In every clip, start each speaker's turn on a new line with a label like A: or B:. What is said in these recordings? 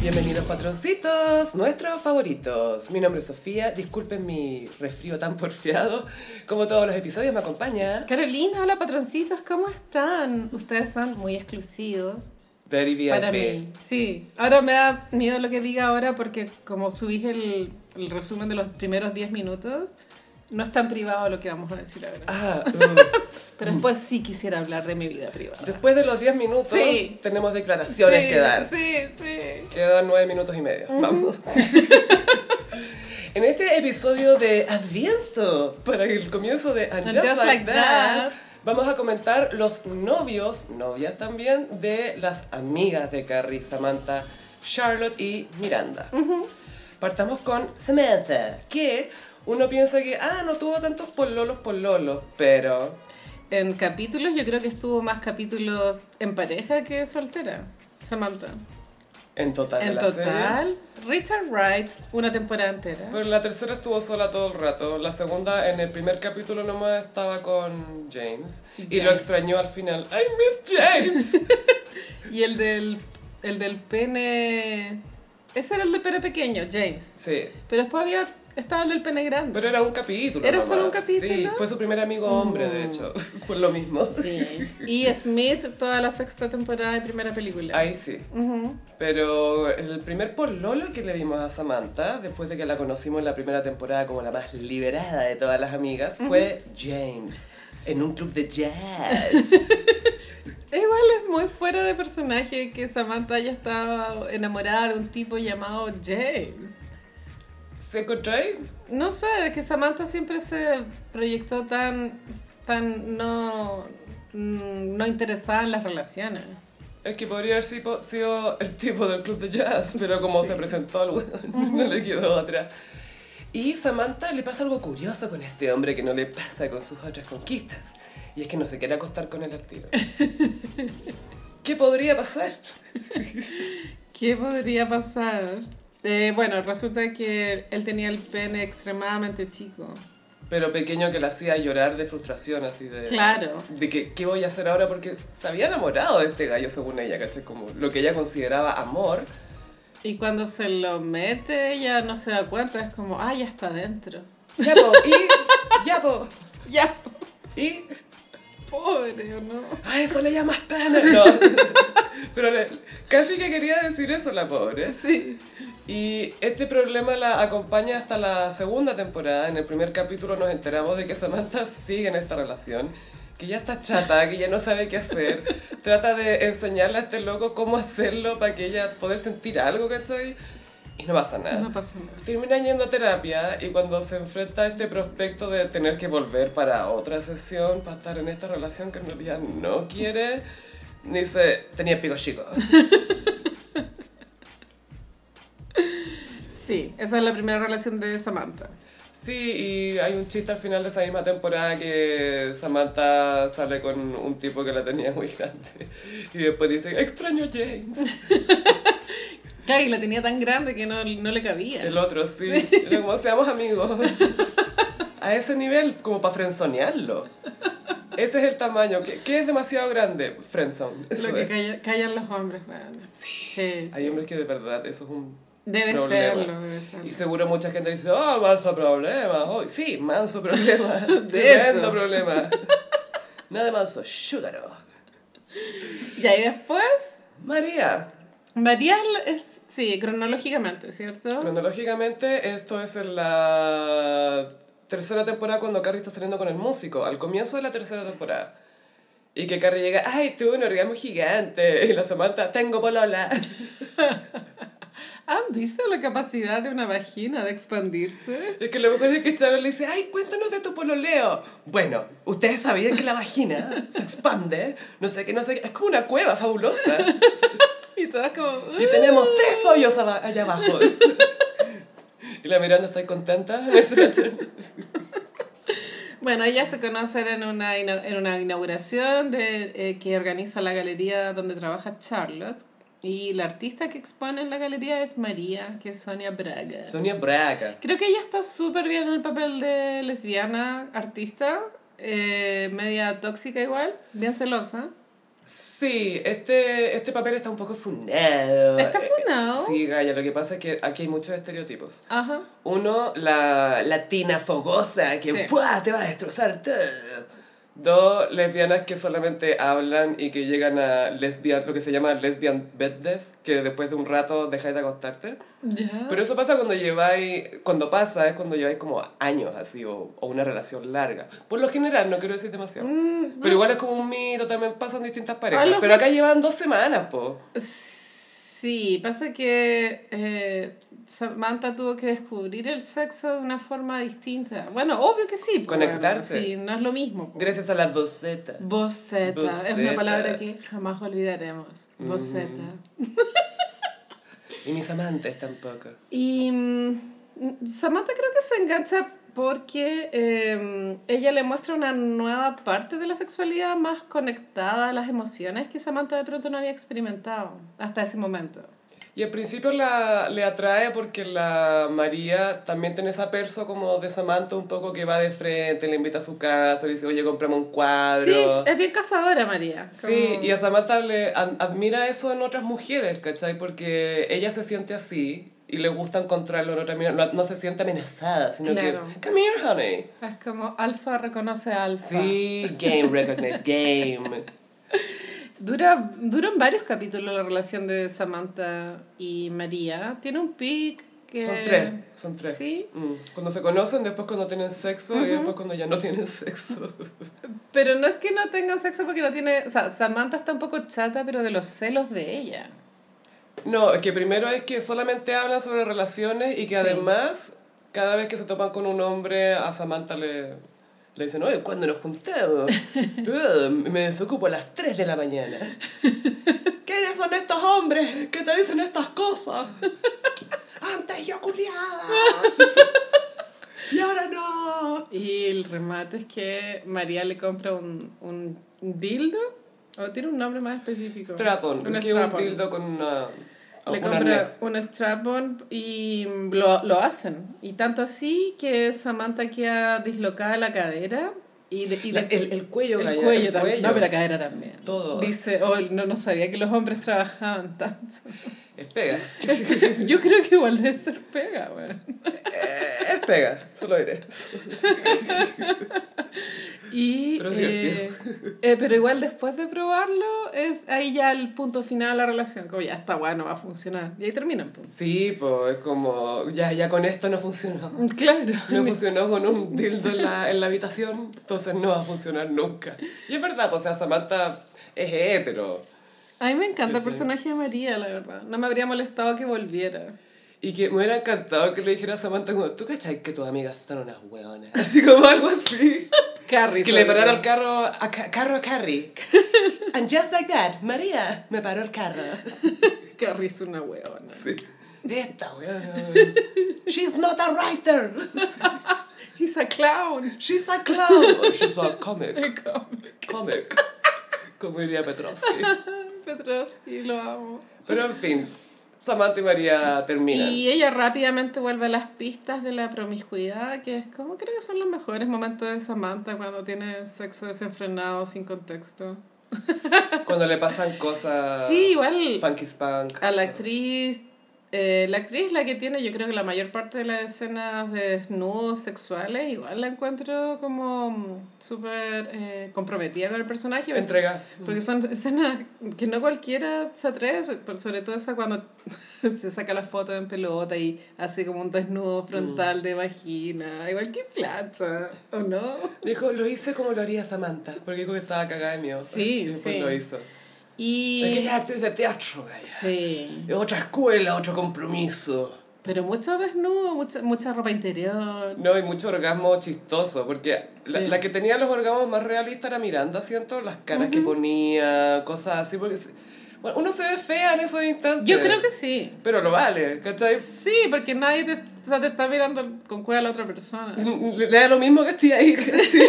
A: Bienvenidos patroncitos, nuestros favoritos. Mi nombre es Sofía, disculpen mi resfrío tan porfiado. Como todos los episodios me acompaña
B: Carolina, hola patroncitos, ¿cómo están? Ustedes son muy exclusivos
A: Very VIP.
B: para mí. Sí, ahora me da miedo lo que diga ahora porque como subís el, el resumen de los primeros 10 minutos, no es tan privado lo que vamos a decir ahora.
A: Ah, uh,
B: Pero después sí quisiera hablar de mi vida privada.
A: después de los 10 minutos
B: Sí.
A: tenemos declaraciones
B: Sí,
A: que dar.
B: Sí, sí.
A: Quedan 9 minutos y medio. Vamos. en este episodio de Adviento, para el comienzo de And Just, Like, that, vamos a comentar los novios, novias también, de las amigas de Carrie, Samantha, Charlotte y Miranda. Partamos con Samantha, que uno piensa que, ah, no tuvo tantos pololos, pololos, pero
B: En capítulos yo creo que estuvo más capítulos en pareja que soltera. Samantha.
A: en total de
B: En
A: la serie,
B: total, Richard Wright, una temporada entera.
A: Pero Pues la tercera estuvo sola todo el rato. La segunda, en el primer capítulo nomás, estaba con James. Y lo
B: James.
A: extrañó al final. ¡Ay, Miss James!
B: Y el del, el del pene... Ese era el del pene pequeño, James.
A: Sí.
B: Pero después había, estaba el del pene grande.
A: Pero era un capítulo.
B: ¿Era
A: nomás.
B: solo un capítulo?
A: Sí, fue su primer amigo hombre, de hecho. Por lo mismo.
B: Sí. Y Smith toda la sexta temporada y primera película.
A: Ahí sí. Pero el primer pololo que le dimos a Samantha, después de que la conocimos en la primera temporada como la más liberada de todas las amigas, fue James. En un club de jazz.
B: Igual es muy fuera de personaje que Samantha haya estado enamorada de un tipo llamado James.
A: ¿Se encontráis?
B: No sé, es que Samantha siempre se proyectó tan, tan no, mm, no interesada en las relaciones.
A: Es que podría haber sido, sido el tipo del club de jazz, pero como se presentó al weón, no le quedó otra. Y Samantha le pasa algo curioso con este hombre que no le pasa con sus otras conquistas. Y es que no se quiere acostar con él al tiro. ¿Qué podría pasar?
B: ¿Qué podría pasar? Eh, bueno, resulta que él tenía el pene extremadamente chico.
A: Pero pequeño que la hacía llorar de frustración, así de...
B: Claro.
A: De que, ¿qué voy a hacer ahora? Porque se había enamorado de este gallo, según ella, ¿cachai? Como lo que ella consideraba amor.
B: Y cuando se lo mete, ella no se da cuenta, es como, ah, ya está adentro.
A: Ya, po, y... Ya, po,
B: Ya,
A: y...
B: pobre, ¿o no?
A: ¡Ah, eso le llamas pena! No. Pero le- casi que quería decir eso la pobre.
B: Sí.
A: Y este problema la acompaña hasta la segunda temporada. En el primer capítulo nos enteramos de que Samantha sigue en esta relación. Que ya está chata, que ya no sabe qué hacer. Trata de enseñarle a este loco cómo hacerlo para que ella poder sentir algo, ¿cachai? Y no pasa nada.
B: No pasa nada.
A: Termina yendo a terapia y cuando se enfrenta a este prospecto de tener que volver para otra sesión, para estar en esta relación que en realidad no quiere, dice, tenía pico chico.
B: Sí, esa es la primera relación de Samantha.
A: Sí, y hay un chiste al final de esa misma temporada que Samantha sale con un tipo que la tenía muy grande y después dice, extraño a James.
B: Claro, y la tenía tan grande que no, no le cabía.
A: El otro, sí. Era como seamos amigos. A ese nivel, como para frenzonearlo. Ese es el tamaño. ¿Qué, qué es demasiado grande? Frenzone. Eso
B: Lo que
A: es.
B: calla- callan los hombres, bueno. Sí. sí.
A: Hay hombres que de verdad eso es un...
B: Debe
A: problema.
B: serlo, debe serlo.
A: Y seguro mucha gente dice, oh, manso problema. Oh, sí, manso problema.
B: De
A: Tremendo
B: hecho.
A: problema. Nada de manso, chúgaro.
B: Y ahí después,
A: María.
B: María es la- es, sí, cronológicamente, ¿cierto?
A: Cronológicamente, esto es en la tercera temporada cuando Carrie está saliendo con el músico, al comienzo de la tercera temporada. Y que Carrie llega, ay, tuve un orgasmo gigante. Y la Samantha, tengo polola.
B: ¿Han visto la capacidad de una vagina de expandirse?
A: Es que lo mejor es que Charles le dice, ay, cuéntanos de tu pololeo. Bueno, ustedes sabían que la vagina se expande, no sé qué, no sé qué. Es como una cueva fabulosa.
B: Y todas como...
A: Y tenemos tres hoyos aba- allá abajo. Y la Miranda está ahí contenta.
B: Bueno, ellas se conocen en una, ina- en una inauguración de, eh, que organiza la galería donde trabaja Charlotte. Y la artista que expone en la galería es María, que es Sonia Braga.
A: Sonia Braga.
B: Creo que ella está súper bien en el papel de lesbiana artista, eh, media tóxica igual, bien celosa.
A: Sí, este, este papel está un poco funado. Eh,
B: ¿Está funado?
A: Sí, Gaya, lo que pasa es que aquí hay muchos estereotipos.
B: Ajá.
A: Uno, la latina fogosa, que
B: Sí.
A: ¡buah! te va a destrozar todo. Dos, lesbianas que solamente hablan y que llegan a lesbian, lo que se llama lesbian bed death, que después de un rato dejáis de acostarte.
B: Ya.
A: Pero eso pasa cuando lleváis, cuando pasa es cuando lleváis como años así o, o una relación larga. Por lo general, no quiero decir demasiado. pero igual es como un mito, también pasan distintas parejas.
B: A lo
A: Pero acá llevan dos semanas, po.
B: Sí, pasa que eh, Samantha tuvo que descubrir el sexo de una forma distinta. Bueno, obvio que sí. pues,
A: Conectarse.
B: bueno, sí, no es lo mismo. pues.
A: Gracias a las docetas.
B: Boceta. Es
A: Boceta.
B: una palabra que jamás olvidaremos. Boceta.
A: Y mis amantes tampoco.
B: Y mm, Samantha creo que se engancha porque eh, ella le muestra una nueva parte de la sexualidad más conectada a las emociones que Samantha de pronto no había experimentado hasta ese momento.
A: Y al principio la, le atrae porque la María también tiene esa perso como de Samantha un poco que va de frente, le invita a su casa, le dice, oye, comprame un cuadro.
B: Sí, es bien cazadora María.
A: Sí,
B: como-
A: y a Samantha le ad- admira eso en otras mujeres, ¿cachai? Porque ella se siente así y le gusta encontrarlo en otra mina. No, no se siente amenazada, sino
B: Claro.
A: que. Come here, honey.
B: es como alfa reconoce a alfa.
A: Sí, game, recognize game.
B: Dura, duran varios capítulos la relación de Samantha y María. Tiene un pic que...
A: Son tres, son tres.
B: Sí,
A: Mm. Cuando se conocen, después cuando tienen sexo y después cuando ya no tienen sexo.
B: Pero no es que no tengan sexo porque no tiene... O sea, Samantha está un poco chata, pero de los celos de ella.
A: No, es que primero es que solamente hablan sobre relaciones y que además, cada vez que se topan con un hombre, a Samantha le, le dicen, oye, ¿cuándo nos juntamos? Ugh, me desocupo a las 3 de la mañana. ¿Quiénes son estos hombres que te dicen estas cosas? Antes yo culiaba. y ahora no.
B: Y el remate es que María le compra un, un dildo. ¿O tiene un nombre más específico?
A: Strapon,
B: Un
A: que es un
B: strap-on.
A: dildo con una...
B: Le
A: un
B: compra
A: arnés.
B: un strap-on y lo, lo hacen. Y tanto así que Samantha queda dislocada la cadera y, de- y
A: La-
B: de-
A: el, el cuello,
B: el
A: Gaya,
B: cuello
A: el
B: también.
A: cuello.
B: No, pero la cadera también.
A: Todo.
B: Dice, oh, no, no sabía que los hombres trabajaban tanto.
A: Es pega.
B: Yo creo que igual debe ser pega, weón.
A: Es pega. Tú lo diré.
B: Y,
A: Pero
B: pero,
A: es
B: eh, eh, pero igual después de probarlo, es ahí ya el punto final de la relación. Como ya está, bueno, va a funcionar. Y ahí terminan, pues.
A: Sí, pues es como, ya, ya con esto no funcionó.
B: Claro.
A: No funcionó con un dildo en la, en la habitación, entonces no va a funcionar nunca. Y es verdad, pues, o sea, Samantha es hétero.
B: A mí me encanta el personaje de María, la verdad. No me habría molestado que volviera.
A: Y que me hubiera encantado que le dijera a Samantha, como, ¿tú cachai que tus amigas son unas hueonas? Así como algo así.
B: Carrie.
A: Que le
B: sobre
A: parara
B: todo.
A: el carro a, Ca- carro a Carrie. And just like that, María me paró el carro.
B: Carrie es una weona.
A: Esta hueona. She's not a writer.
B: He's a clown.
A: She's a clown. Oh, she's a comic. Comic. Como diría Petrovsky.
B: Petrovsky, lo amo.
A: Pero en fin, Samantha y María terminan.
B: Y ella rápidamente vuelve a las pistas de la promiscuidad, que es como creo que son los mejores momentos de Samantha cuando tiene sexo desenfrenado, sin contexto.
A: Cuando le pasan cosas.
B: Sí, igual
A: Funky Spunk.
B: a la actriz, eh, la actriz la que tiene yo creo que la mayor parte de las escenas de desnudos sexuales, igual la encuentro como mm, súper eh, comprometida con el personaje. pues,
A: Entrega.
B: Porque son escenas que no cualquiera se atreve, so- por- sobre todo esa cuando se saca la foto en pelota y hace como un
A: Mm.
B: desnudo frontal de vagina, igual que Flacha, ¿o no?
A: Dijo, lo hice como lo haría Samantha. Porque dijo que estaba cagada de miedo.
B: Sí,
A: y después
B: sí.
A: lo hizo. Es que
B: Y...
A: ella es actriz de teatro, gaya.
B: Sí,
A: Es otra escuela, otro compromiso.
B: pero mucho desnudo, mucha, mucha ropa interior.
A: No, y mucho orgasmo chistoso, porque la,
B: Sí.
A: la que tenía los orgasmos más realistas era Miranda, siento, las caras que ponía, cosas así, porque se- bueno, uno se ve fea en esos instantes.
B: Yo creo que sí.
A: Pero lo vale, ¿cachai?
B: Sí, porque nadie te, o sea, te está mirando con cueva a la otra persona.
A: Le le da lo mismo que estoy ahí. sí.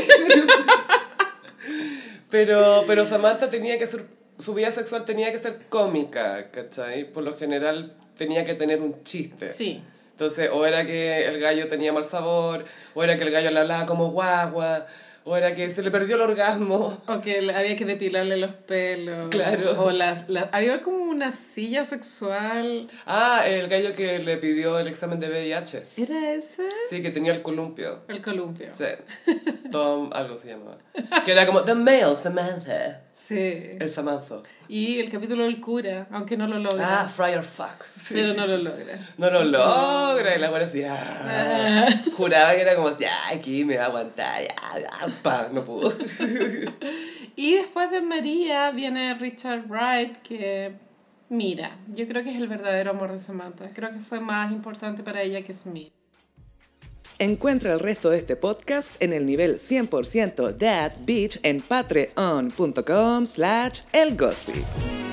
A: pero, pero Samantha tenía que ser, su vida sexual tenía que ser cómica, ¿cachai? Por lo general tenía que tener un chiste.
B: Sí.
A: Entonces, o era que el gallo tenía mal sabor, o era que el gallo le hablaba como guagua, o era que se le perdió el orgasmo.
B: O que le- había que depilarle los pelos.
A: Claro.
B: O las, las- había como una silla sexual.
A: Ah, el gallo que le pidió el examen de VIH.
B: ¿Era ese?
A: Sí, que tenía el columpio.
B: El columpio. Sí.
A: Sí. Tom, algo se llamaba. Que era como The Male Samantha. El Samanzo.
B: Y el capítulo del cura, aunque no lo logra.
A: Ah, Friar Fuck. Sí.
B: Pero no lo logra.
A: No lo logra. Y la abuela así, ah. Juraba que era como, ya, aquí me va a aguantar. Ya, ya, pa, no pudo.
B: Y después de María viene Richard Wright, que mira, yo creo que es el verdadero amor de Samantha. Creo que fue más importante para ella que Smith.
C: Encuentra el resto de este podcast en el nivel 100% That Beach en patreon.com slash elgossip.